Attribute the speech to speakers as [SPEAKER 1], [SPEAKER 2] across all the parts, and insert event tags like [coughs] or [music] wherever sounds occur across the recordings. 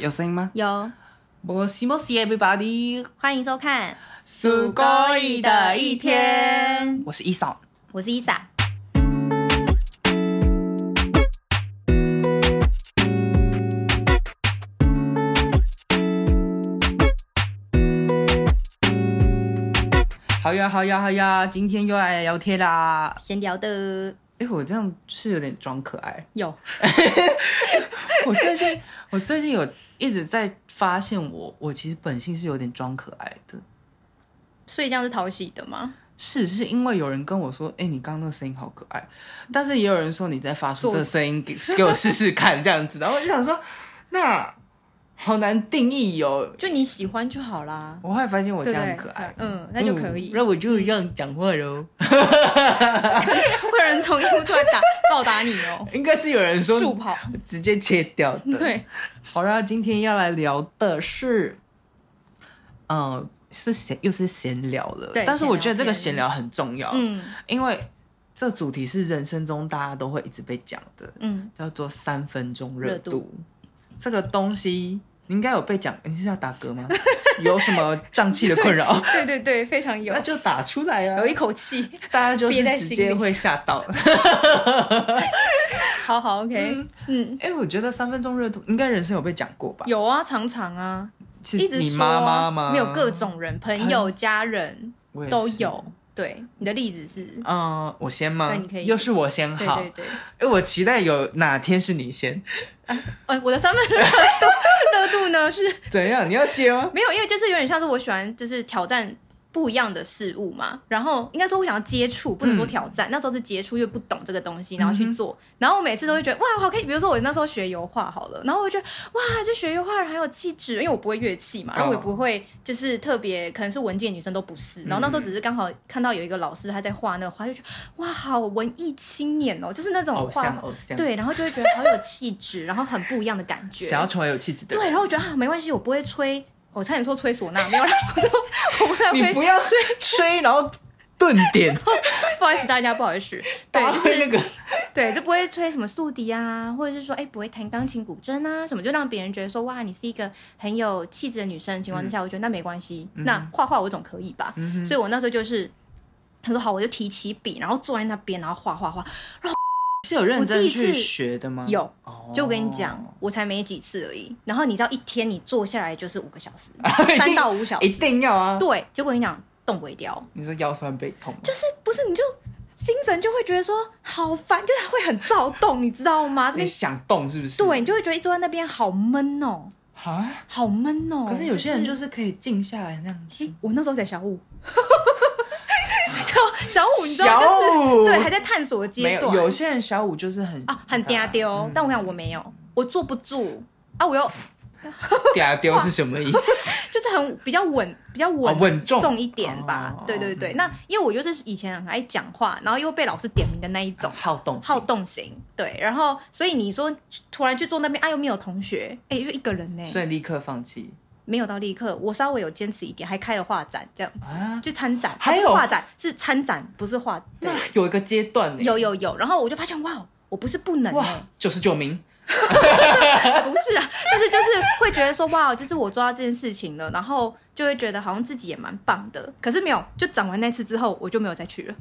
[SPEAKER 1] 有声音吗？
[SPEAKER 2] 有，
[SPEAKER 1] 摩西摩西 everybody，
[SPEAKER 2] 欢迎收看《
[SPEAKER 1] すごい的一天》，我是伊嫂。
[SPEAKER 2] 我是伊莎。
[SPEAKER 1] 好呀好呀好呀，今天又来聊天啦。
[SPEAKER 2] 闲聊的
[SPEAKER 1] 哎、我这样是有点装可爱。
[SPEAKER 2] 有，
[SPEAKER 1] [laughs] 我最近我最近有一直在发现我我其实本性是有点装可爱的。
[SPEAKER 2] 所以这样是讨喜的吗？
[SPEAKER 1] 是是因为有人跟我说，哎、你刚刚那个声音好可爱，但是也有人说你在发出
[SPEAKER 2] 做
[SPEAKER 1] 这个声音给给我试试看这样子，然后我就想说，那好难定义哦。
[SPEAKER 2] 就你喜欢就好啦，
[SPEAKER 1] 我后来发现我这
[SPEAKER 2] 对不
[SPEAKER 1] 样很
[SPEAKER 2] 对？
[SPEAKER 1] 可爱，
[SPEAKER 2] 嗯，那就可以。
[SPEAKER 1] 那、我就这样讲话喽。 [laughs]
[SPEAKER 2] 会有人从衣服突然打暴打你
[SPEAKER 1] [laughs]
[SPEAKER 2] 哦，
[SPEAKER 1] 应该是有人
[SPEAKER 2] 助
[SPEAKER 1] 说
[SPEAKER 2] 跑。
[SPEAKER 1] 直接切掉的。，
[SPEAKER 2] 对，
[SPEAKER 1] [laughs] 好啦，今天要来聊的是，嗯、是闲又是闲聊了，
[SPEAKER 2] 对
[SPEAKER 1] 但是我觉得
[SPEAKER 2] 闲聊
[SPEAKER 1] 这个
[SPEAKER 2] 天
[SPEAKER 1] 闲聊很重要，
[SPEAKER 2] 嗯
[SPEAKER 1] 因为这主题是人生中大家都会一直被讲的，
[SPEAKER 2] 嗯，
[SPEAKER 1] 叫做三分钟热度。
[SPEAKER 2] 热
[SPEAKER 1] 这个东西你应该有被讲，你是要打嗝吗？ [laughs] 有什么胀气的困扰？
[SPEAKER 2] 对对对，非
[SPEAKER 1] [laughs]
[SPEAKER 2] 常 [laughs] 有
[SPEAKER 1] 那，就打出来啊
[SPEAKER 2] 有！一口气。
[SPEAKER 1] 大家就是
[SPEAKER 2] 憋在
[SPEAKER 1] 直
[SPEAKER 2] 心里
[SPEAKER 1] 接会吓到。
[SPEAKER 2] 好好，OK，嗯，
[SPEAKER 1] 哎、我觉得三分钟热度应该人生有被讲过吧？
[SPEAKER 2] 有啊，常常啊，
[SPEAKER 1] 是
[SPEAKER 2] 一直
[SPEAKER 1] 你
[SPEAKER 2] 说
[SPEAKER 1] 妈
[SPEAKER 2] 啊
[SPEAKER 1] 妈吗？
[SPEAKER 2] 没有各种人，朋友、家人
[SPEAKER 1] 我也是
[SPEAKER 2] 都有。。对，你的例子是，
[SPEAKER 1] 嗯，我先吗？
[SPEAKER 2] 对你可以
[SPEAKER 1] 又是我先
[SPEAKER 2] 对
[SPEAKER 1] 好。
[SPEAKER 2] 对对。
[SPEAKER 1] 哎，我期待有哪天是你先。
[SPEAKER 2] 哎，我的
[SPEAKER 1] [laughs]
[SPEAKER 2] 三分热度热度呢是
[SPEAKER 1] 怎样？你要接吗？
[SPEAKER 2] 没有，因为就是有点像是我喜欢就是挑战不一样的事物嘛。然后应该说我想要接触，不能说挑战。那时候是接触，因为不懂这个东西，然后去做。然后我每次都会觉得哇，好可以。比如说我那时候学油画好了，然后我就觉得哇，就学油画人很有气质，因为我不会乐器嘛，然后我也
[SPEAKER 1] 哦
[SPEAKER 2] 不会就是特别，可能是文界女生都不是。然后那时候只是刚好看到有一个老师他在画那个画，就觉得哇，好文艺青年哦，就是那种
[SPEAKER 1] 偶
[SPEAKER 2] 画
[SPEAKER 1] 像，。偶像。，
[SPEAKER 2] 对，然后就会觉得好有气质，然后很不一样的感 [laughs] 觉。
[SPEAKER 1] 想要成为有气质的
[SPEAKER 2] 对，
[SPEAKER 1] 人
[SPEAKER 2] 然。后我觉得啊，没关系，我不会吹，我差点说吹唢呐，没有啦，我
[SPEAKER 1] [laughs]
[SPEAKER 2] 说我不太
[SPEAKER 1] 你
[SPEAKER 2] 会，
[SPEAKER 1] 不要吹 [laughs] 吹，然后顿点，
[SPEAKER 2] 不好意思大家，不好
[SPEAKER 1] [laughs]
[SPEAKER 2] 意思，
[SPEAKER 1] 打
[SPEAKER 2] 对，就
[SPEAKER 1] 会
[SPEAKER 2] 是
[SPEAKER 1] 那个。
[SPEAKER 2] 对，就不会吹什么竖笛啊，或者是说哎不会弹钢琴、古筝啊什么，就让别人觉得说哇，你是一个很有气质的女生的情况之下，我觉得那没关系，那画画我总可以吧，
[SPEAKER 1] 嗯嗯哼
[SPEAKER 2] 所以我那时候就是。他说好，我就提起笔，然后坐在那边，然后画画画。
[SPEAKER 1] 是有认
[SPEAKER 2] 我
[SPEAKER 1] 真
[SPEAKER 2] 第一次
[SPEAKER 1] 去学的吗？
[SPEAKER 2] 有
[SPEAKER 1] 哦，
[SPEAKER 2] 就我跟你讲，我才没几次而已。然后你知道，一天你坐下来就是五个小时
[SPEAKER 1] [laughs] [laughs] 一，定
[SPEAKER 2] 三到五小
[SPEAKER 1] 一
[SPEAKER 2] 时。
[SPEAKER 1] 定要啊！
[SPEAKER 2] 对，结果你讲动尾雕，
[SPEAKER 1] 你说腰酸背痛吗，
[SPEAKER 2] 就是不是你就精神就会觉得说好烦，就是会很躁动，你知道吗？这
[SPEAKER 1] 你
[SPEAKER 2] 边
[SPEAKER 1] 想动是不是？
[SPEAKER 2] 对，你就会觉得一坐在那边好闷哦，
[SPEAKER 1] 啊。
[SPEAKER 2] 好闷哦。
[SPEAKER 1] 可是有些人
[SPEAKER 2] 就
[SPEAKER 1] 就是是可以静下来那样去。
[SPEAKER 2] 我那时候在小五，小 [laughs] 小五你知道就是
[SPEAKER 1] 五
[SPEAKER 2] 对还在探索
[SPEAKER 1] 没
[SPEAKER 2] 阶
[SPEAKER 1] 有，
[SPEAKER 2] 段，
[SPEAKER 1] 有些人小五就是很嗯
[SPEAKER 2] 啊很嗲丢，但我想我没有，我坐不住啊，我又
[SPEAKER 1] 嗲丢是什么意思？
[SPEAKER 2] 就是很比较稳，比较稳、
[SPEAKER 1] 哦稳重
[SPEAKER 2] 一点吧。
[SPEAKER 1] 哦
[SPEAKER 2] 对对对，那因为我就是以前很爱讲话，然后又被老师点名的那一种。
[SPEAKER 1] 好动性
[SPEAKER 2] 好动型，对，然后所以你说突然去坐那边，哎、又没有同学，哎、就一个人呢、
[SPEAKER 1] 所以立刻放弃
[SPEAKER 2] 没有到立刻，我稍微有坚持一点，还开了画展，这样
[SPEAKER 1] 啊！
[SPEAKER 2] 就参展，
[SPEAKER 1] 还有
[SPEAKER 2] 啊不是画展是参展，不是画，对，
[SPEAKER 1] 那有一个阶段欸呢，
[SPEAKER 2] 有有有，然后我就发现哇，我不是不能、
[SPEAKER 1] 哇
[SPEAKER 2] 欸，
[SPEAKER 1] 九十九名，
[SPEAKER 2] [laughs] 不是啊，但是就是会觉得说哇，就是我做到这件事情了，然后就会觉得好像自己也蛮棒的，可是没有，就展完那次之后，我就没有再去了。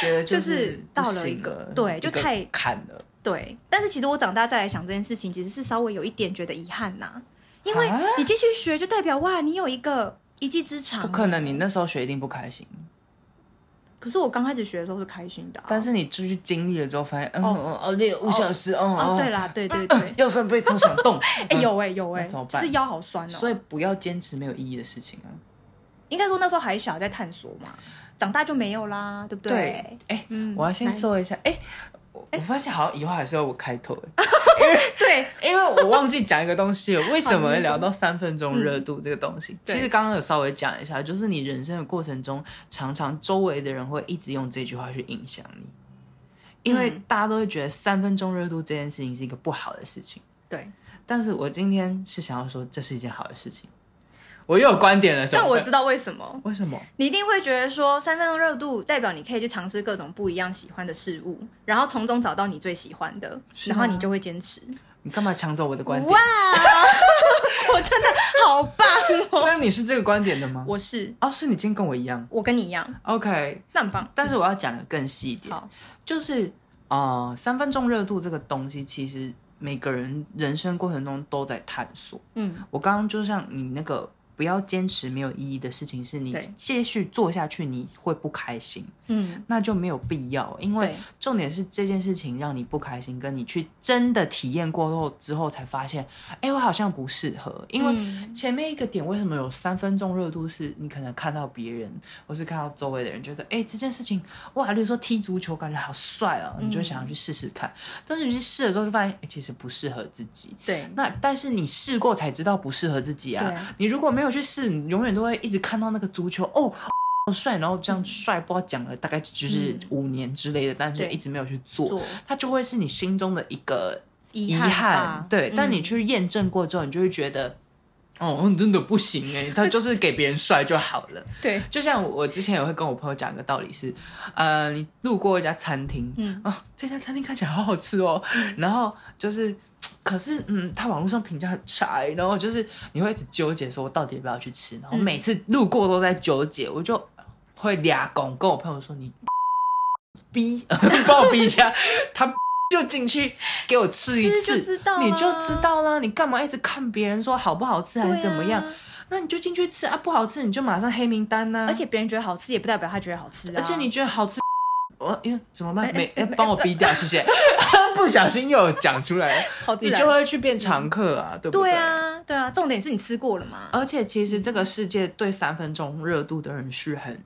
[SPEAKER 1] 觉得
[SPEAKER 2] 就是是
[SPEAKER 1] 不
[SPEAKER 2] 到
[SPEAKER 1] 行
[SPEAKER 2] 了一个
[SPEAKER 1] 了
[SPEAKER 2] 对
[SPEAKER 1] 一
[SPEAKER 2] 就
[SPEAKER 1] 个
[SPEAKER 2] 太
[SPEAKER 1] 砍了，
[SPEAKER 2] 对，但是其实我长大再来想这件事情，其实是稍微有一点觉得遗憾呐、因为
[SPEAKER 1] 啊
[SPEAKER 2] 你继续学，就代表哇，你有一个一技之长。
[SPEAKER 1] 不可能，你那时候学一定不开心，
[SPEAKER 2] 嗯可是我刚开始学的时候是开心的啊、
[SPEAKER 1] 但是你出去经历了之后发现，嗯
[SPEAKER 2] 哦
[SPEAKER 1] 哦哦，练五小时，哦
[SPEAKER 2] 哦，
[SPEAKER 1] 哦，
[SPEAKER 2] 对啦，对对
[SPEAKER 1] [coughs]
[SPEAKER 2] 对，
[SPEAKER 1] 腰酸背痛想动，
[SPEAKER 2] [laughs] 哎、有哎、有哎、
[SPEAKER 1] 那怎么
[SPEAKER 2] 就
[SPEAKER 1] 办
[SPEAKER 2] 是腰好酸哦。
[SPEAKER 1] 嗯所
[SPEAKER 2] 以
[SPEAKER 1] 以不要坚持没有意义的事情啊。
[SPEAKER 2] 应该说那时候还小，在探索嘛，长大就没有啦，对不对？，
[SPEAKER 1] 哎，
[SPEAKER 2] 嗯
[SPEAKER 1] 我要先
[SPEAKER 2] 来
[SPEAKER 1] 说一下，哎，我我发现好像以后还是要我开头，哎
[SPEAKER 2] 对，
[SPEAKER 1] 因为我忘记讲一个东西
[SPEAKER 2] [laughs]
[SPEAKER 1] 了，为什么
[SPEAKER 2] 好
[SPEAKER 1] 会
[SPEAKER 2] 你说嗯
[SPEAKER 1] 聊到三分钟热度这个东西？
[SPEAKER 2] 对
[SPEAKER 1] 其实刚刚有稍微讲一下，就是你人生的过程中，常常周围的人会一直用这句话去影响你，因为
[SPEAKER 2] 嗯
[SPEAKER 1] 大家都会觉得三分钟热度这件事情是一个不好的事情。
[SPEAKER 2] 对，
[SPEAKER 1] 但是我今天是想要说，这是一件好的事情。我又有观点了，怎
[SPEAKER 2] 但
[SPEAKER 1] 么
[SPEAKER 2] 我
[SPEAKER 1] 办
[SPEAKER 2] 知道为什么，
[SPEAKER 1] 为什么？
[SPEAKER 2] 你一定会觉得说三分钟热度代表你可以去尝试各种不一样喜欢的事物，然后从中找到你最喜欢的，
[SPEAKER 1] 是啊
[SPEAKER 2] 然后你就会坚持。
[SPEAKER 1] 你干嘛抢走我的观点
[SPEAKER 2] 哇？， [laughs] 我真的好棒哦！
[SPEAKER 1] 那你是这个观点的吗？
[SPEAKER 2] 我是
[SPEAKER 1] 哦，是你今天跟我一样
[SPEAKER 2] 我跟你一样，
[SPEAKER 1] ，OK。
[SPEAKER 2] 那很棒。
[SPEAKER 1] 但是我要讲的更细一点，
[SPEAKER 2] 好，
[SPEAKER 1] 就是呃，三分钟热度这个东西，其实每个人人生过程中都在探索。
[SPEAKER 2] 嗯，
[SPEAKER 1] 我刚刚就像你那个不要坚持没有意义的事情，是你
[SPEAKER 2] 对
[SPEAKER 1] 继续做下去你会不开心，
[SPEAKER 2] 嗯，
[SPEAKER 1] 那就没有必要。因为
[SPEAKER 2] 对，
[SPEAKER 1] 重点是这件事情让你不开心，跟你去真的体验过后之后才发现，哎，我好像不适合，因为。
[SPEAKER 2] 嗯
[SPEAKER 1] 前面一个点为什么有三分钟热度？是你可能看到别人，或是看到周围的人，觉得哎、诶这件事情哇，例如说踢足球感觉好帅哦，
[SPEAKER 2] 嗯
[SPEAKER 1] 你就想要去试试看。但是你去试了之后，就发现、诶其实不适合自己。
[SPEAKER 2] 对，
[SPEAKER 1] 那但是你试过才知道不适合自己啊！
[SPEAKER 2] 对啊
[SPEAKER 1] 你如果没有去试，你永远都会一直看到那个足球哦。好帅，然后这样帅，不知道讲了大概就是
[SPEAKER 2] 嗯
[SPEAKER 1] 五年之类的，但是
[SPEAKER 2] 对
[SPEAKER 1] 一直没有去做，
[SPEAKER 2] 做
[SPEAKER 1] 它就会是你心中的一个
[SPEAKER 2] 遗
[SPEAKER 1] 遗憾
[SPEAKER 2] 吧，
[SPEAKER 1] 对。但
[SPEAKER 2] 嗯
[SPEAKER 1] 你去验证过之后，你就会觉得，哦，嗯真的不行哎、他就是给别人帅就好了。
[SPEAKER 2] 对，
[SPEAKER 1] 就像我我之前也会跟我朋友讲一个道理是，呃，你路过一家餐厅，
[SPEAKER 2] 嗯
[SPEAKER 1] 哦，这家餐厅看起来好好吃哦，然后就是。可是，嗯，他网络上评价很差欸、然后就是你会一直纠结，说我到底要不要去吃，然后
[SPEAKER 2] 嗯
[SPEAKER 1] 每次路过都在纠结，我就会俩拱跟我朋友说你 [laughs] 逼， [laughs] 帮我逼一下， [laughs] 他就进去给我吃一
[SPEAKER 2] 吃
[SPEAKER 1] 次，
[SPEAKER 2] 就知道
[SPEAKER 1] 你就
[SPEAKER 2] 啦
[SPEAKER 1] 知道啦，你干嘛一直看别人说好不好吃还是怎么样？
[SPEAKER 2] 对啊
[SPEAKER 1] 那你就进去吃啊，不好吃你就马上黑名单啊呐、
[SPEAKER 2] 而且别人觉得好吃，也不代表他觉得好吃啊。
[SPEAKER 1] 而且你觉得好吃，我因为怎么办
[SPEAKER 2] 哎？哎
[SPEAKER 1] 没
[SPEAKER 2] 哎
[SPEAKER 1] 哎，帮我逼掉，谢 [laughs]
[SPEAKER 2] [laughs]
[SPEAKER 1] 谢。不小心又讲出来了，
[SPEAKER 2] 好自
[SPEAKER 1] 你
[SPEAKER 2] 然
[SPEAKER 1] 就会去变常客啊，对不
[SPEAKER 2] 对？啊，对啊，重点是你吃过了嘛？
[SPEAKER 1] 而且其实这个世界对三分钟热度的人是很，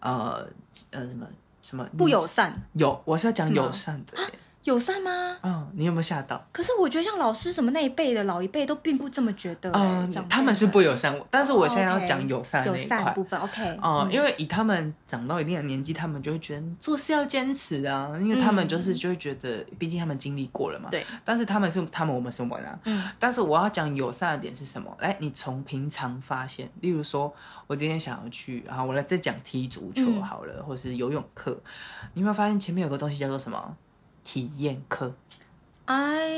[SPEAKER 1] 呃呃什么什么
[SPEAKER 2] 不友善，
[SPEAKER 1] 有，我是要讲
[SPEAKER 2] 是吗啊
[SPEAKER 1] 友善的耶。
[SPEAKER 2] 友善吗？
[SPEAKER 1] 嗯，你有没有吓到？
[SPEAKER 2] 可是我觉得像老师什么那一辈的老一辈都并不这么觉得、欸
[SPEAKER 1] 嗯
[SPEAKER 2] 长辈，
[SPEAKER 1] 他们是不友善，但是我现在
[SPEAKER 2] 哦
[SPEAKER 1] 要
[SPEAKER 2] ，OK
[SPEAKER 1] 讲友善的
[SPEAKER 2] 友
[SPEAKER 1] 那一
[SPEAKER 2] 善的
[SPEAKER 1] 块。
[SPEAKER 2] 部分，OK，嗯
[SPEAKER 1] 哦、因
[SPEAKER 2] 为
[SPEAKER 1] 为以他们长到一定的年纪，他们就会觉得做事要坚持啊，因为他们就是就会觉得，毕竟他们经历过了嘛。
[SPEAKER 2] 嗯对。
[SPEAKER 1] 但是他们是他们，我们是我们啊。
[SPEAKER 2] 嗯
[SPEAKER 1] 但是我要讲友善的点是什么？来，你从平常发现，例如说，我今天想要去，啊，我来再讲踢足球
[SPEAKER 2] 嗯
[SPEAKER 1] 好了，或是游泳课，你有没有发现前面有个东西叫做什么？体验课，
[SPEAKER 2] 哎，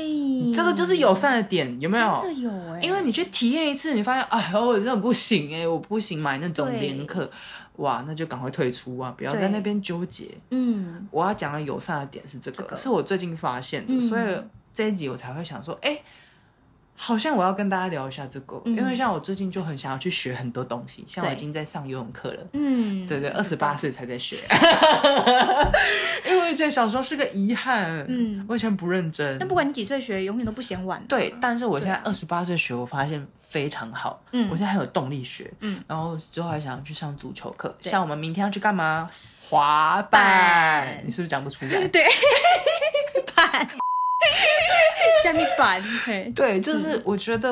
[SPEAKER 1] 这个就是友善的点，有没有？
[SPEAKER 2] 真的有哎、
[SPEAKER 1] 因为你去体验一次，你发现，哎，我真的不行哎、我不行买那种
[SPEAKER 2] 对
[SPEAKER 1] 连课，哇，那就赶快退出啊，不要
[SPEAKER 2] 对
[SPEAKER 1] 在那边纠结。
[SPEAKER 2] 嗯
[SPEAKER 1] 我要讲的友善的点是这个，
[SPEAKER 2] 这个
[SPEAKER 1] 是我最近发现的，
[SPEAKER 2] 嗯
[SPEAKER 1] 所以这一集我才会想说，哎、好像我要跟大家聊一下这个，
[SPEAKER 2] 嗯
[SPEAKER 1] 因为像我最近就很想要去学很多东西，像我
[SPEAKER 2] 对
[SPEAKER 1] 已经在上游泳课了。
[SPEAKER 2] 嗯，
[SPEAKER 1] 对对，二十八岁才在学， [laughs] 因为我以前小时候是个遗憾，
[SPEAKER 2] 嗯
[SPEAKER 1] 我以前不认真
[SPEAKER 2] 但。不管你几岁学，永远都不嫌晚。
[SPEAKER 1] 对，但是我现在
[SPEAKER 2] 对
[SPEAKER 1] 二十八岁学，我发现非常好，
[SPEAKER 2] 嗯
[SPEAKER 1] 我现在很有动力学，
[SPEAKER 2] 嗯，
[SPEAKER 1] 然后之后还想要去上足球课，
[SPEAKER 2] 对
[SPEAKER 1] 像我们明天要去干嘛？滑板
[SPEAKER 2] 板，
[SPEAKER 1] 你是不是讲不出
[SPEAKER 2] [laughs]
[SPEAKER 1] 来？
[SPEAKER 2] 对，板， [laughs] 下面板，嘿，
[SPEAKER 1] 对，就是嗯我觉得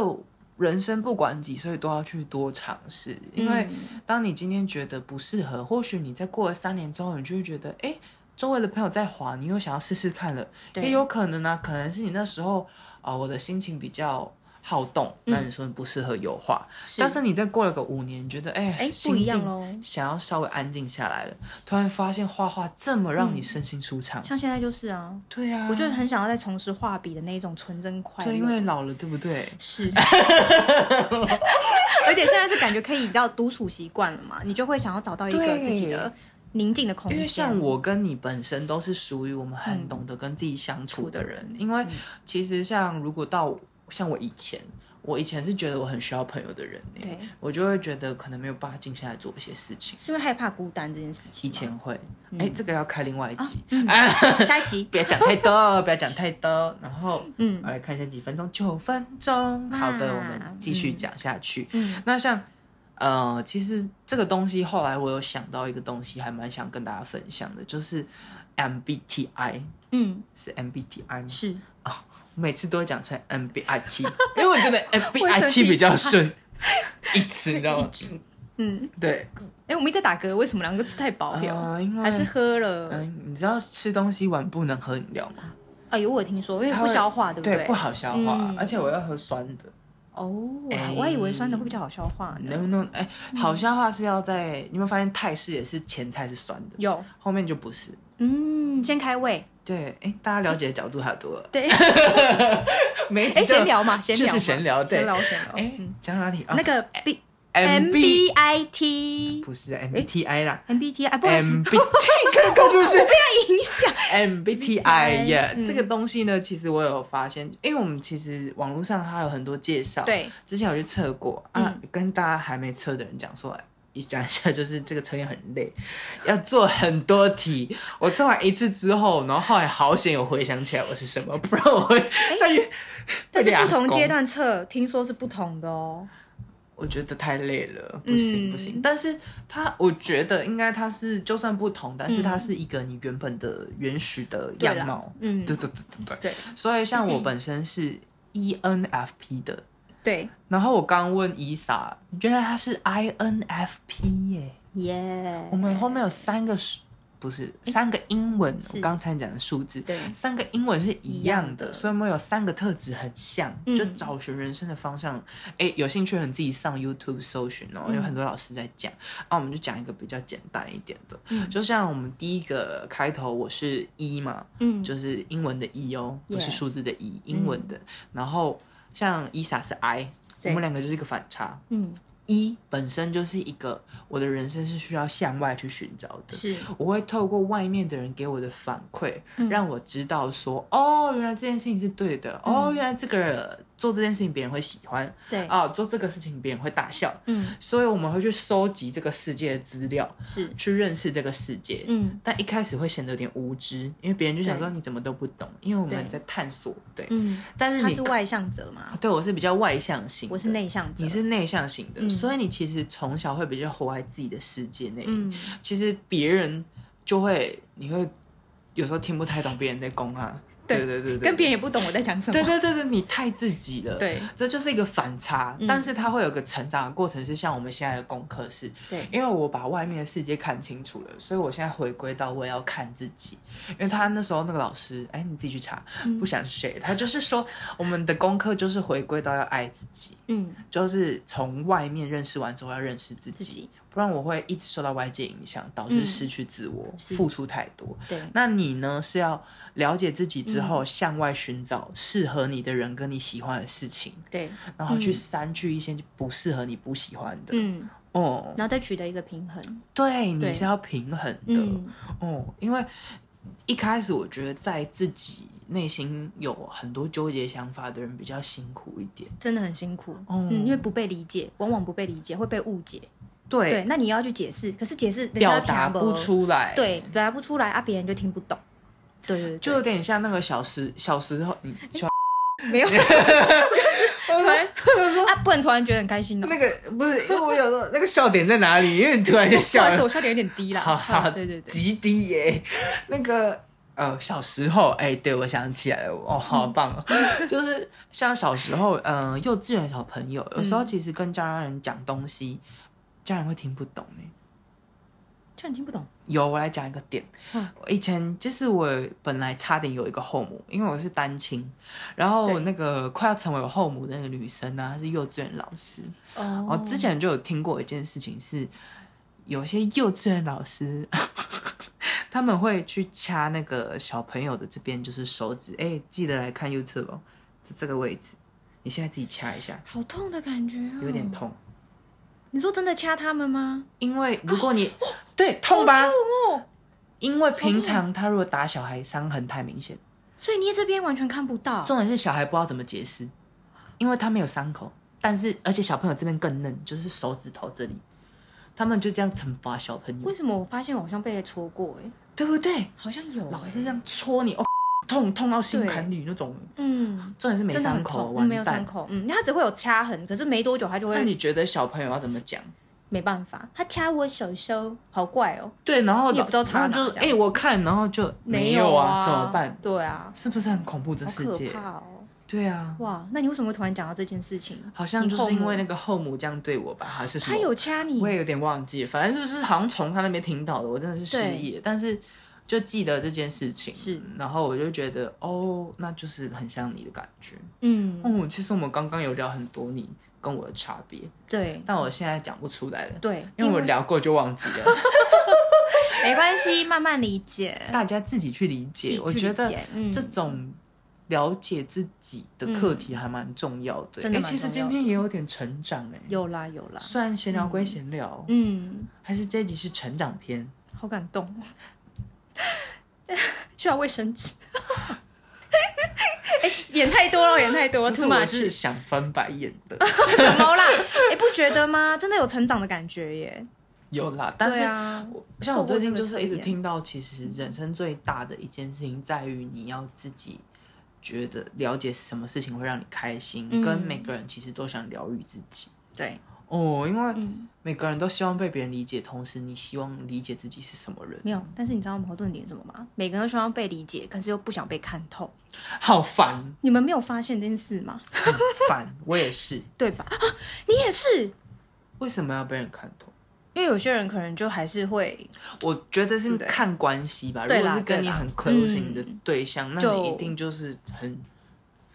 [SPEAKER 1] 人生不管几岁都要去多尝试，因为
[SPEAKER 2] 嗯
[SPEAKER 1] 当你今天觉得不适合，或许你在过了三年之后，你就会觉得，哎，周围的朋友在滑，你又想要试试看了，
[SPEAKER 2] 对
[SPEAKER 1] 也有可能啊，可能是你那时候啊、我的心情比较好动，
[SPEAKER 2] 嗯
[SPEAKER 1] 那你说你不适合油画，但是你再过了个五年，你觉得哎
[SPEAKER 2] 哎
[SPEAKER 1] 心
[SPEAKER 2] 不一样
[SPEAKER 1] 境
[SPEAKER 2] 喽
[SPEAKER 1] 想要稍微安静下来了，突然发现画画这么让你身心舒畅，
[SPEAKER 2] 嗯像现在就是啊，
[SPEAKER 1] 对啊，
[SPEAKER 2] 我就很想要再重拾画笔的那一种纯真快乐。
[SPEAKER 1] 对，因为老了，对不对？ [laughs]
[SPEAKER 2] 是，而且现在是感觉可以到独处习惯了嘛，你就会想要找到一个
[SPEAKER 1] 对
[SPEAKER 2] 自己的宁静的空
[SPEAKER 1] 因
[SPEAKER 2] 间。
[SPEAKER 1] 为像我跟你本身都是属于我们
[SPEAKER 2] 嗯
[SPEAKER 1] 很懂得跟自己相处的人，因为其实像如果到像我以前，我以前是觉得我很需要朋友的人、欸，
[SPEAKER 2] 对，
[SPEAKER 1] 我就会觉得可能没有办法静下来做一些事情。
[SPEAKER 2] 是因为害怕孤单这件事
[SPEAKER 1] 以
[SPEAKER 2] 情吗。嗯啊
[SPEAKER 1] 前会，哎、这个要开另外一集，
[SPEAKER 2] 下一集，
[SPEAKER 1] [laughs] 不要讲太多，不要讲太多。然后，
[SPEAKER 2] 嗯
[SPEAKER 1] 我来看一下几分钟，九分钟。好的，
[SPEAKER 2] 哇
[SPEAKER 1] 我们继续讲下去。
[SPEAKER 2] 嗯
[SPEAKER 1] 那像呃，其实这个东西后来我有想到一个东西，还蛮想跟大家分享的，就是 MBTI
[SPEAKER 2] 嗯，
[SPEAKER 1] 是 MBTI 吗？
[SPEAKER 2] 是
[SPEAKER 1] 每次都会讲成
[SPEAKER 2] [laughs]
[SPEAKER 1] MBIT，因为我觉得 MBIT
[SPEAKER 2] MBTI
[SPEAKER 1] 比较
[SPEAKER 2] [laughs]
[SPEAKER 1] 顺，一直你知道吗？
[SPEAKER 2] 嗯，
[SPEAKER 1] 对，
[SPEAKER 2] 哎，我们一直在打嗝，为什么两个吃太饱了？
[SPEAKER 1] 呃，因为
[SPEAKER 2] 还是喝
[SPEAKER 1] 嗯、
[SPEAKER 2] 了？
[SPEAKER 1] 你知道吃东西完不能喝饮料吗？
[SPEAKER 2] 哎呦，我有听说，因为
[SPEAKER 1] 它
[SPEAKER 2] 不
[SPEAKER 1] 会
[SPEAKER 2] 消化，对不
[SPEAKER 1] 不好消化，
[SPEAKER 2] 嗯
[SPEAKER 1] 而且我要喝酸的。
[SPEAKER 2] 哦，我
[SPEAKER 1] 哎
[SPEAKER 2] 我还以为酸的会比较好消化呢。
[SPEAKER 1] No no，哎、
[SPEAKER 2] 嗯
[SPEAKER 1] 好消化是要在，你有没有发现泰式也是前菜是酸的，
[SPEAKER 2] 有，
[SPEAKER 1] 后面就不是。
[SPEAKER 2] 嗯，先开胃，
[SPEAKER 1] 对，哎，大家了解的角度太多
[SPEAKER 2] [laughs]
[SPEAKER 1] 了， [laughs]
[SPEAKER 2] 对，
[SPEAKER 1] 每一集
[SPEAKER 2] 哎，
[SPEAKER 1] 都有
[SPEAKER 2] 闲聊嘛，闲聊嘛
[SPEAKER 1] 就是闲聊对
[SPEAKER 2] 闲聊，闲聊。
[SPEAKER 1] 哎
[SPEAKER 2] 嗯，
[SPEAKER 1] 讲哪里啊？
[SPEAKER 2] 那个 B
[SPEAKER 1] MB
[SPEAKER 2] I T
[SPEAKER 1] 不是 MBTI 啦
[SPEAKER 2] MBTI，哎不好意思，
[SPEAKER 1] ，MBT 看 [laughs] 看是不是？
[SPEAKER 2] 影
[SPEAKER 1] [laughs]
[SPEAKER 2] 响
[SPEAKER 1] MBTI 耶、
[SPEAKER 2] 嗯
[SPEAKER 1] 这个东西呢，其实我有发现，因为我们其实网络上它有很多介绍，，
[SPEAKER 2] 对，
[SPEAKER 1] 之前有去测过啊，
[SPEAKER 2] 嗯
[SPEAKER 1] 跟大家还没测的人讲说。 [laughs] 一讲一下，就是这个测验很累，要做很多题。我做完一次之后，然后后来好险有回想起来我是什么， [laughs] 不然我会再去。
[SPEAKER 2] 哎但是
[SPEAKER 1] 会俩
[SPEAKER 2] 不同
[SPEAKER 1] 攻
[SPEAKER 2] 阶，段测听说是不同的哦。
[SPEAKER 1] 我觉得太累了，不行
[SPEAKER 2] 嗯
[SPEAKER 1] 不行。但是它，我觉得应该它是就算不同，但是它是一个你原本的原始的
[SPEAKER 2] 对
[SPEAKER 1] 样
[SPEAKER 2] 啦
[SPEAKER 1] 貌。
[SPEAKER 2] 嗯，
[SPEAKER 1] 对对对对对。
[SPEAKER 2] 对
[SPEAKER 1] 所以像我本身是 E ENFP 的，
[SPEAKER 2] 对，
[SPEAKER 1] 然后我刚问伊莎，原来他是 INFP 耶、
[SPEAKER 2] 耶，
[SPEAKER 1] 我们后面有三个数，不是三个英文，
[SPEAKER 2] 是
[SPEAKER 1] 我刚才讲的数字。
[SPEAKER 2] 对
[SPEAKER 1] 三个英文是一样的，
[SPEAKER 2] 一样的
[SPEAKER 1] 所以我们有三个特质很像，
[SPEAKER 2] 嗯
[SPEAKER 1] 就找寻人生的方向。哎、有兴趣的人自己上 YouTube 搜寻哦，
[SPEAKER 2] 嗯
[SPEAKER 1] 有很多老师在讲。啊，我们就讲一个比较简单一点的，
[SPEAKER 2] 嗯
[SPEAKER 1] 就像我们第一个开头我是一、嘛，
[SPEAKER 2] 嗯
[SPEAKER 1] 就是英文的 E 哦，
[SPEAKER 2] Yeah 嗯
[SPEAKER 1] 不是数字的 E，英文的。然后像伊莎是 I，我
[SPEAKER 2] 对
[SPEAKER 1] 们两个就是一个反差。
[SPEAKER 2] 嗯
[SPEAKER 1] 一本身就是一个我的人生是需要向外去寻找的，
[SPEAKER 2] 是
[SPEAKER 1] 我会透过外面的人给我的反馈，
[SPEAKER 2] 嗯
[SPEAKER 1] 让我知道说，哦，原来这件事情是对的，哦，
[SPEAKER 2] 嗯
[SPEAKER 1] 原来这个做这件事情别人会喜欢，
[SPEAKER 2] 对
[SPEAKER 1] 啊，做这个事情别人会大笑，
[SPEAKER 2] 嗯
[SPEAKER 1] 所以我们会去收集这个世界的资料，
[SPEAKER 2] 是
[SPEAKER 1] 去认识这个世界，
[SPEAKER 2] 嗯
[SPEAKER 1] 但一开始会显得有点无知，因为别人就想说
[SPEAKER 2] 对
[SPEAKER 1] 你怎么都不懂，因为我们
[SPEAKER 2] 对
[SPEAKER 1] 在探索，对。
[SPEAKER 2] 嗯，
[SPEAKER 1] 但是
[SPEAKER 2] 他
[SPEAKER 1] 你
[SPEAKER 2] 是外向者嘛，
[SPEAKER 1] 对我是比较外向型，
[SPEAKER 2] 我是，内向者，
[SPEAKER 1] 你是内向型的，
[SPEAKER 2] 嗯
[SPEAKER 1] 所以你其实从小会比较活在自己的世界内。
[SPEAKER 2] 嗯
[SPEAKER 1] 其实别人就会，你会有时候听不太懂别人在攻啊。
[SPEAKER 2] 对
[SPEAKER 1] 对对对，
[SPEAKER 2] 跟别人也不懂我在讲什么，
[SPEAKER 1] 对对对对，你太自己了。。
[SPEAKER 2] 对
[SPEAKER 1] 这就是一个反差，
[SPEAKER 2] 嗯
[SPEAKER 1] 但是它会有个成长的过程，是像我们现在的功课是，
[SPEAKER 2] 对
[SPEAKER 1] 因为我把外面的世界看清楚了，所以我现在回归到我也要看自己。因为他那时候那个老师，哎，你自己去查，
[SPEAKER 2] 嗯
[SPEAKER 1] 不想谁，他就是说我们的功课就是回归到要爱自己，
[SPEAKER 2] 嗯
[SPEAKER 1] 就是从外面认识完之后要认识自己，
[SPEAKER 2] 自己
[SPEAKER 1] 不然我会一直受到外界影响，导致
[SPEAKER 2] 嗯
[SPEAKER 1] 失去自我，
[SPEAKER 2] 是
[SPEAKER 1] 付出太多。 [laughs]
[SPEAKER 2] 对
[SPEAKER 1] 那你呢是要了解自己之
[SPEAKER 2] 嗯
[SPEAKER 1] 后，向外寻找适合你的人跟你喜欢的事情， [laughs]
[SPEAKER 2] 对
[SPEAKER 1] 然后去
[SPEAKER 2] 嗯
[SPEAKER 1] 删去一些不适合你、不喜欢的。
[SPEAKER 2] 嗯，
[SPEAKER 1] 哦，
[SPEAKER 2] 然后再取得一个平衡，
[SPEAKER 1] 对，你
[SPEAKER 2] 对
[SPEAKER 1] 是要平衡的。
[SPEAKER 2] 嗯
[SPEAKER 1] 哦，因为一开始我觉得在自己内心有很多纠结想法的人比较辛苦一点。
[SPEAKER 2] 真的很辛苦，
[SPEAKER 1] 哦
[SPEAKER 2] 嗯，因为不被理解，往往不被理解，会被误解，
[SPEAKER 1] 对，
[SPEAKER 2] 对，那你要去解释，可是解释人家
[SPEAKER 1] 表达
[SPEAKER 2] 听
[SPEAKER 1] 不，出来，
[SPEAKER 2] 对，，表达不出来啊，别人就听不
[SPEAKER 1] [laughs]
[SPEAKER 2] 懂，对对，对
[SPEAKER 1] 就有点像那个小时小时候，你小
[SPEAKER 2] 没有，突然啊，不能突然觉得很开心哦
[SPEAKER 1] [laughs] 那。个不是，因为我有时 [laughs] 候那个笑点在哪里？因为你突 [laughs] 然就笑
[SPEAKER 2] 不好意思，
[SPEAKER 1] 了，
[SPEAKER 2] 我笑点有点低啦。
[SPEAKER 1] [laughs] 好好，
[SPEAKER 2] 嗯对对对，
[SPEAKER 1] 极低耶。 [laughs] 那个呃，小时候，哎、对我想起来了，哦，好
[SPEAKER 2] 嗯
[SPEAKER 1] 棒哦， [laughs] 就是像小时候，嗯、幼稚园小朋友，有时候
[SPEAKER 2] 嗯
[SPEAKER 1] 其实跟家人讲东西，家人会听不懂呢。
[SPEAKER 2] 这样你听不懂。
[SPEAKER 1] 有，我来讲一个点。
[SPEAKER 2] 嗯
[SPEAKER 1] 我以前就是我本来差点有一个后母，因为我是单亲，然后
[SPEAKER 2] 对
[SPEAKER 1] 那个快要成为我后母的那个女生啊呢、她是幼稚园老师。
[SPEAKER 2] 哦
[SPEAKER 1] 我、之前就有听过一件事情是，有些幼稚园老师 [laughs] 他们会去掐那个小朋友的这边就是手指，哎、记得来看 YouTube 哦，这个位置，你现在自己掐一下，
[SPEAKER 2] 好痛的感觉、哦，
[SPEAKER 1] 有点。痛，
[SPEAKER 2] 你说真的掐他们吗？
[SPEAKER 1] 因为如果你、对痛吧，
[SPEAKER 2] 痛哦，
[SPEAKER 1] 因为平常他如果打小孩，伤痕太明显。
[SPEAKER 2] 所以捏这边完全看不到。
[SPEAKER 1] 重点是小孩不知道怎么解释，因为他没有伤口，但是而且小朋友这边更嫩，就是手指头这里，他们就这样惩罚小朋
[SPEAKER 2] 为
[SPEAKER 1] 友，
[SPEAKER 2] 什么我发现我好像被戳过、哎，
[SPEAKER 1] 对不对？
[SPEAKER 2] 好像有、
[SPEAKER 1] 老师
[SPEAKER 2] 哎
[SPEAKER 1] 这样戳你，哦， [laughs] 痛痛到心坎里那种。
[SPEAKER 2] 嗯，
[SPEAKER 1] 重点是没
[SPEAKER 2] 真的
[SPEAKER 1] 伤
[SPEAKER 2] 很
[SPEAKER 1] 口，
[SPEAKER 2] 痛
[SPEAKER 1] 完
[SPEAKER 2] 嗯没有伤
[SPEAKER 1] 蛋。
[SPEAKER 2] 口，嗯，他只会有掐痕，可是没多久他就
[SPEAKER 1] 那
[SPEAKER 2] 会
[SPEAKER 1] 你觉得小朋友要怎么讲？
[SPEAKER 2] 没办法，他掐我手手，好怪哦，
[SPEAKER 1] 对，然后
[SPEAKER 2] 你也不知道插哪
[SPEAKER 1] 然后就是
[SPEAKER 2] 这
[SPEAKER 1] 哎、
[SPEAKER 2] 样
[SPEAKER 1] 我看，然后就没有
[SPEAKER 2] 啊，
[SPEAKER 1] 怎么办？
[SPEAKER 2] 对啊，
[SPEAKER 1] 是不是很恐怖这
[SPEAKER 2] 好
[SPEAKER 1] 世
[SPEAKER 2] 可
[SPEAKER 1] 界？
[SPEAKER 2] 怕哦，
[SPEAKER 1] 对啊，
[SPEAKER 2] 哇，那你为什么会突然讲到这件事情？
[SPEAKER 1] 好像就
[SPEAKER 2] 你后
[SPEAKER 1] 是
[SPEAKER 2] 母
[SPEAKER 1] 因为那个后母这样对我吧，还是什么
[SPEAKER 2] 他有掐你
[SPEAKER 1] 我，也有点忘记，反正就是好像从他那边听到的，我真的是失
[SPEAKER 2] 对
[SPEAKER 1] 忆，但是就记得这件事情。
[SPEAKER 2] 是，
[SPEAKER 1] 然后我就觉得哦，那就是很像你的感觉。
[SPEAKER 2] 嗯，
[SPEAKER 1] 嗯，其实我们刚刚有聊很多你跟我的差别，
[SPEAKER 2] 对
[SPEAKER 1] 但我现在讲不出来了，
[SPEAKER 2] 对， [laughs]
[SPEAKER 1] 因为我聊过就忘记了。
[SPEAKER 2] 没关系，慢慢理解。
[SPEAKER 1] 大家自己去理
[SPEAKER 2] 自
[SPEAKER 1] 解。
[SPEAKER 2] 己
[SPEAKER 1] 我
[SPEAKER 2] 去
[SPEAKER 1] 觉
[SPEAKER 2] 理
[SPEAKER 1] 得
[SPEAKER 2] 解嗯
[SPEAKER 1] 这种了解自己的课题还蛮重要的。
[SPEAKER 2] 真的
[SPEAKER 1] 诶
[SPEAKER 2] 蛮
[SPEAKER 1] 其实
[SPEAKER 2] 重要
[SPEAKER 1] 今天也有点成长哎、
[SPEAKER 2] 有啦有啦，
[SPEAKER 1] 虽然闲聊归闲聊，
[SPEAKER 2] 嗯，
[SPEAKER 1] 还是这一集是成长篇。
[SPEAKER 2] 好感动 [laughs] 哦。需要卫生纸。 [laughs] 哎、演太多 [laughs] 了，演太多，
[SPEAKER 1] 可是
[SPEAKER 2] 出马
[SPEAKER 1] 我是想翻白眼的，
[SPEAKER 2] 什么啦？ [laughs] 哎、不觉得吗？真的有成长的感觉耶。
[SPEAKER 1] 有
[SPEAKER 2] [laughs]
[SPEAKER 1] 啦，但
[SPEAKER 2] 对
[SPEAKER 1] 是。
[SPEAKER 2] 啊，
[SPEAKER 1] 我像我最近就是一直
[SPEAKER 2] 透过这个
[SPEAKER 1] 听到，其实人生最大的一件事情在于你要自己觉得了解什么事情会让你开心，
[SPEAKER 2] 嗯
[SPEAKER 1] 跟每个人其实都想疗愈自己
[SPEAKER 2] 对，
[SPEAKER 1] 哦，因为
[SPEAKER 2] 嗯，
[SPEAKER 1] 每个人都希望被别人理解，同时你希望理解自己是什么
[SPEAKER 2] [laughs]
[SPEAKER 1] 人，
[SPEAKER 2] 没有。但是你知道矛盾点是什么吗？每个人都希望被理解，可是又不想被看透。
[SPEAKER 1] 好烦，
[SPEAKER 2] 你们没有发现这件事吗？
[SPEAKER 1] 很 [laughs] 烦，我也是，
[SPEAKER 2] 对吧？啊，你也是，
[SPEAKER 1] 为什么要被人看透？
[SPEAKER 2] 因为有些人可能就还是会
[SPEAKER 1] 我觉得是
[SPEAKER 2] 对
[SPEAKER 1] 看关系吧，
[SPEAKER 2] 对
[SPEAKER 1] 如
[SPEAKER 2] 啦
[SPEAKER 1] 果是跟你
[SPEAKER 2] 对啦
[SPEAKER 1] 很 closing
[SPEAKER 2] 嗯
[SPEAKER 1] 的对象，那
[SPEAKER 2] 就
[SPEAKER 1] 你一定就是很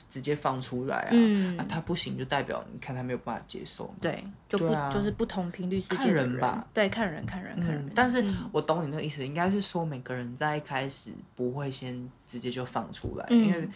[SPEAKER 1] 直接放出来啊，
[SPEAKER 2] 嗯
[SPEAKER 1] 啊他不行就代表你看他没有办法接受嘛。
[SPEAKER 2] 对，就不、
[SPEAKER 1] 对啊
[SPEAKER 2] 就是不同频率世界
[SPEAKER 1] 看
[SPEAKER 2] 的
[SPEAKER 1] 人吧，
[SPEAKER 2] 对，看人看人看人
[SPEAKER 1] 嗯，，但是我懂你那个意思，应该是说每个人在一开始不会先直接就放出来，
[SPEAKER 2] 嗯
[SPEAKER 1] 因为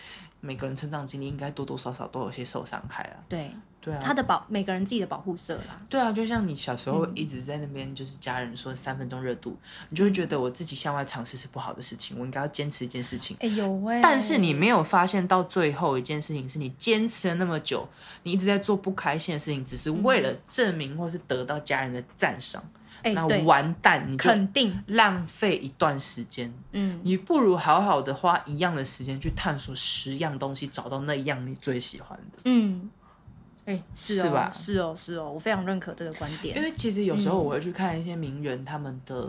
[SPEAKER 1] 每个人成长经历应该多多少少都有些受伤害啊。
[SPEAKER 2] 对
[SPEAKER 1] 对啊，
[SPEAKER 2] 他的保每个人自己的保护色啦，
[SPEAKER 1] 对啊，就像你小时候
[SPEAKER 2] 嗯
[SPEAKER 1] 一直在那边，就是家人说三分钟热度，你就会觉得我自己向外尝试是不好的事情，我应该要坚持一件事情。
[SPEAKER 2] 哎有喂、
[SPEAKER 1] 但是你没有发现到最后一件事情，是你坚持了那么久，你一直在做不开心的事情，只是为了证明或是得到家人的赞赏，
[SPEAKER 2] 嗯哎
[SPEAKER 1] 那
[SPEAKER 2] 对，
[SPEAKER 1] 完蛋，你就
[SPEAKER 2] 肯定，
[SPEAKER 1] 浪费一段时间。
[SPEAKER 2] 嗯，
[SPEAKER 1] 你不如好好的花一样的时间去探索十样东西，找到那一样你最喜欢的。
[SPEAKER 2] 嗯，哎是哦
[SPEAKER 1] 是吧
[SPEAKER 2] 是哦是哦，我非常认可这个观点，嗯
[SPEAKER 1] 因为其实有时候我会去看一些名人他们的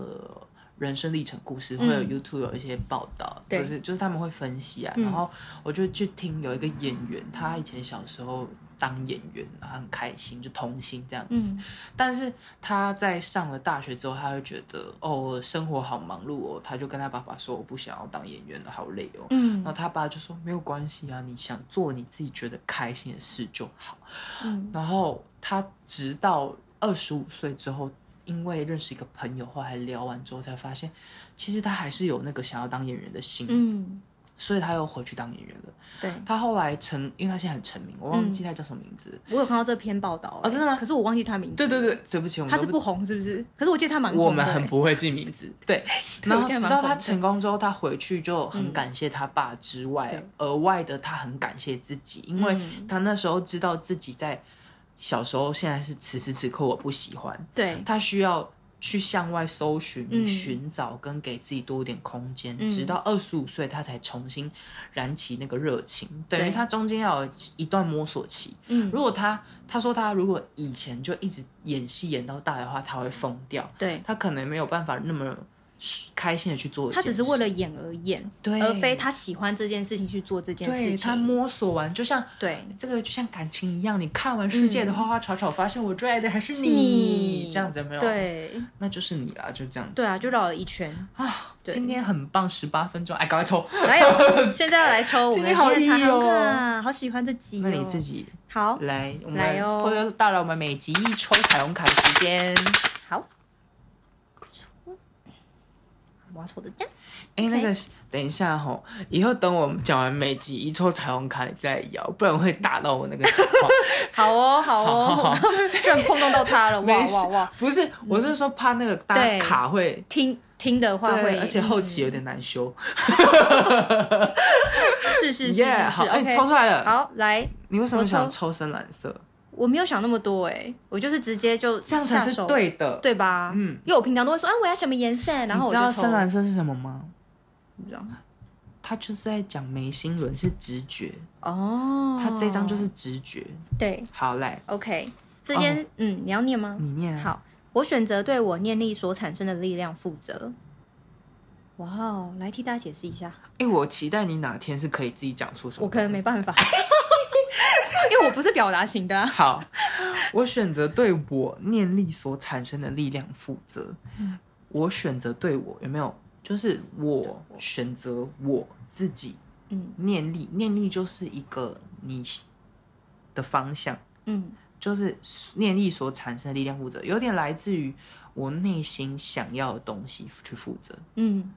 [SPEAKER 1] 人生历程故事，会有 YouTube 有一些报道，
[SPEAKER 2] 嗯对
[SPEAKER 1] 就是就是他们会分析啊。
[SPEAKER 2] 嗯
[SPEAKER 1] 然后我就去听有一个演员，他以前小时候当演员，然后很开心，就童星这样子。
[SPEAKER 2] 嗯
[SPEAKER 1] 但是他在上了大学之后，他会觉得哦，我生活好忙碌哦，他就跟他爸爸说，我不想要当演员了，好累哦。然后
[SPEAKER 2] 嗯
[SPEAKER 1] 他爸就说没有关系啊，你想做你自己觉得开心的事就好。
[SPEAKER 2] 嗯
[SPEAKER 1] 然后他直到二十五岁之后，因为认识一个朋友，后来聊完之后才发现，其实他还是有那个想要当演员的心，
[SPEAKER 2] 嗯
[SPEAKER 1] 所以他又回去当演员了。
[SPEAKER 2] 对。
[SPEAKER 1] 他后来成，因为他现在很成名，我忘
[SPEAKER 2] 嗯
[SPEAKER 1] 记他叫什么名字。
[SPEAKER 2] 我有看到这篇报道
[SPEAKER 1] 哦
[SPEAKER 2] 哎
[SPEAKER 1] 真的吗
[SPEAKER 2] 可是我忘记他名字。
[SPEAKER 1] 对对，对，对不起，我们
[SPEAKER 2] 他
[SPEAKER 1] 都
[SPEAKER 2] 是不红是不是？可是我记得他蛮红的。
[SPEAKER 1] 我们很不会记名
[SPEAKER 2] [laughs]
[SPEAKER 1] 字，对。
[SPEAKER 2] 对
[SPEAKER 1] 然
[SPEAKER 2] 我
[SPEAKER 1] 后
[SPEAKER 2] 觉得
[SPEAKER 1] 直
[SPEAKER 2] 蛮
[SPEAKER 1] 到
[SPEAKER 2] 荒
[SPEAKER 1] 他
[SPEAKER 2] 谬
[SPEAKER 1] 成功之后，他回去就很
[SPEAKER 2] 嗯
[SPEAKER 1] 感谢他爸之外
[SPEAKER 2] 对，
[SPEAKER 1] 额外的他很感谢自己，因为
[SPEAKER 2] 嗯
[SPEAKER 1] 他那时候知道自己在小时候，现在是此时此刻我不喜欢，
[SPEAKER 2] 对，
[SPEAKER 1] 他需要去向外搜寻、
[SPEAKER 2] 嗯
[SPEAKER 1] 寻找跟给自己多一点空间，
[SPEAKER 2] 嗯
[SPEAKER 1] 直到二十五岁他才重新燃起那个热情，等于
[SPEAKER 2] 对
[SPEAKER 1] 他中间要有一段摸索期。
[SPEAKER 2] 嗯，
[SPEAKER 1] 如果他他说他如果以前就一直演戏演到大的话，他会疯掉。
[SPEAKER 2] 对，
[SPEAKER 1] 他可能没有办法那么开心的去做一
[SPEAKER 2] 他
[SPEAKER 1] 件事，
[SPEAKER 2] 只是为了演而演，
[SPEAKER 1] 对，
[SPEAKER 2] 而非他喜欢这件事情去做这件事
[SPEAKER 1] 对他
[SPEAKER 2] 情。
[SPEAKER 1] 摸索完，就像
[SPEAKER 2] 对，
[SPEAKER 1] 这个就像感情一样，你看完世界的花花草草，发现我最爱的还是
[SPEAKER 2] 嗯是
[SPEAKER 1] 你，
[SPEAKER 2] 你
[SPEAKER 1] 这样子有没有？，
[SPEAKER 2] 对，
[SPEAKER 1] 那就是你啦，就这样子。
[SPEAKER 2] 对啊，就绕了一圈。
[SPEAKER 1] 啊，
[SPEAKER 2] 对
[SPEAKER 1] 今天很棒，十八分钟，哎，赶快抽。
[SPEAKER 2] 来哦，现在要来抽
[SPEAKER 1] [laughs]
[SPEAKER 2] 我们
[SPEAKER 1] 今天好
[SPEAKER 2] 今天的
[SPEAKER 1] 意
[SPEAKER 2] 茶
[SPEAKER 1] 哦
[SPEAKER 2] 好看，好喜欢这集、哦。
[SPEAKER 1] 那你自己
[SPEAKER 2] 好
[SPEAKER 1] 来，我
[SPEAKER 2] 来
[SPEAKER 1] 们
[SPEAKER 2] 哦
[SPEAKER 1] 或者到了我们每集一抽彩虹卡的时间。
[SPEAKER 2] 好，我要抽的这样。
[SPEAKER 1] 哎，
[SPEAKER 2] OK
[SPEAKER 1] 那个等一下吼，以后等我们讲完每集一抽彩虹卡，你再摇，不然会打到我那个讲
[SPEAKER 2] [laughs]
[SPEAKER 1] 话。
[SPEAKER 2] 好哦，好哦，
[SPEAKER 1] 好好好
[SPEAKER 2] 我刚刚 [laughs] 居然碰撞到他了，哇
[SPEAKER 1] [laughs] 没事
[SPEAKER 2] 哇哇！
[SPEAKER 1] 不是，我是说怕那个大家
[SPEAKER 2] 对
[SPEAKER 1] 卡会。
[SPEAKER 2] 听听的话
[SPEAKER 1] 对，
[SPEAKER 2] 会，嗯
[SPEAKER 1] 而且后期有点难修。
[SPEAKER 2] 是是是是
[SPEAKER 1] Yeah，好，
[SPEAKER 2] 是
[SPEAKER 1] 哎，你
[SPEAKER 2] ，OK，
[SPEAKER 1] 抽出来了。
[SPEAKER 2] 好来。
[SPEAKER 1] 你为什么
[SPEAKER 2] 我抽
[SPEAKER 1] 想抽深蓝色？
[SPEAKER 2] 我没有想那么多哎、我就是直接就
[SPEAKER 1] 这样才
[SPEAKER 2] 下
[SPEAKER 1] 是
[SPEAKER 2] 手
[SPEAKER 1] 对的。，
[SPEAKER 2] 对吧？
[SPEAKER 1] 嗯。
[SPEAKER 2] 因为我平常都会说，哎、我要什么颜色，然
[SPEAKER 1] 你
[SPEAKER 2] 后我
[SPEAKER 1] 知
[SPEAKER 2] 就
[SPEAKER 1] 道
[SPEAKER 2] 抽
[SPEAKER 1] 深蓝色是什么吗？
[SPEAKER 2] 不知道
[SPEAKER 1] 他就是在讲眉心轮是直觉，
[SPEAKER 2] 哦，
[SPEAKER 1] 他这张就是直觉。
[SPEAKER 2] 对
[SPEAKER 1] 好，来，
[SPEAKER 2] ，OK，这间、
[SPEAKER 1] 哦
[SPEAKER 2] 嗯，你要念吗？
[SPEAKER 1] 你念啊。
[SPEAKER 2] 好，我选择对我念力所产生的力量负责。哇哦，来替大家解释一下，
[SPEAKER 1] 哎、我期待你哪天是可以自己讲出什么。
[SPEAKER 2] 我可能没
[SPEAKER 1] [laughs]
[SPEAKER 2] 办法，因为我不是表达型的啊、
[SPEAKER 1] 好，我选择对我念力所产生的力量负责。
[SPEAKER 2] 嗯
[SPEAKER 1] 我选择对我有没有？就是我
[SPEAKER 2] 我
[SPEAKER 1] 选择我自己
[SPEAKER 2] 嗯
[SPEAKER 1] 念力，念力就是一个你的方向，
[SPEAKER 2] 嗯
[SPEAKER 1] 就是念力所产生的力量负责，有点来自于我内心想要的东西去负责。
[SPEAKER 2] 嗯，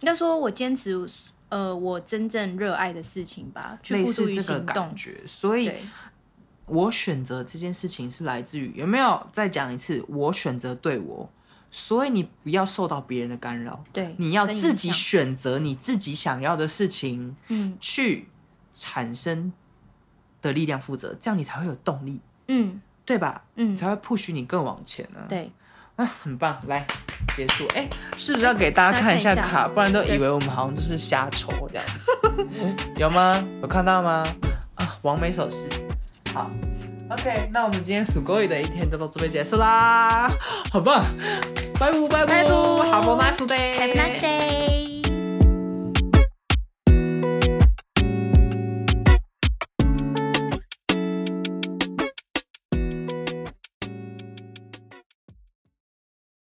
[SPEAKER 2] 要说我坚持，呃，我真正热爱的事情吧，去
[SPEAKER 1] 类
[SPEAKER 2] 付诸
[SPEAKER 1] 似
[SPEAKER 2] 于
[SPEAKER 1] 这个
[SPEAKER 2] 行动
[SPEAKER 1] 感。觉，所以
[SPEAKER 2] 对，
[SPEAKER 1] 我选择这件事情是来自于有没有？再讲一次，我选择对我，所以你不要受到别人的干扰，
[SPEAKER 2] 对，
[SPEAKER 1] 你要
[SPEAKER 2] 跟
[SPEAKER 1] 自
[SPEAKER 2] 影
[SPEAKER 1] 己
[SPEAKER 2] 响
[SPEAKER 1] 选择你自己想要的事情，
[SPEAKER 2] 嗯
[SPEAKER 1] 去产生的力量负责，这样你才会有动力，
[SPEAKER 2] 嗯
[SPEAKER 1] 对吧？
[SPEAKER 2] 嗯
[SPEAKER 1] 你，才会 push 你更往前呢、啊。
[SPEAKER 2] 对，
[SPEAKER 1] 啊，很棒，来结束。哎、是不是要给大家看一下
[SPEAKER 2] 大家看
[SPEAKER 1] 卡？
[SPEAKER 2] 一下
[SPEAKER 1] 不然都以为我们好像就是瞎抽这样子。 [laughs] 有吗？有看到吗？啊，完美手势。好，OK，那我们今天数狗语的一天就到这边结束啦，好棒，拜拜拜拜，
[SPEAKER 2] 拜拜
[SPEAKER 1] 好，我们 nice day，
[SPEAKER 2] Have a nice day。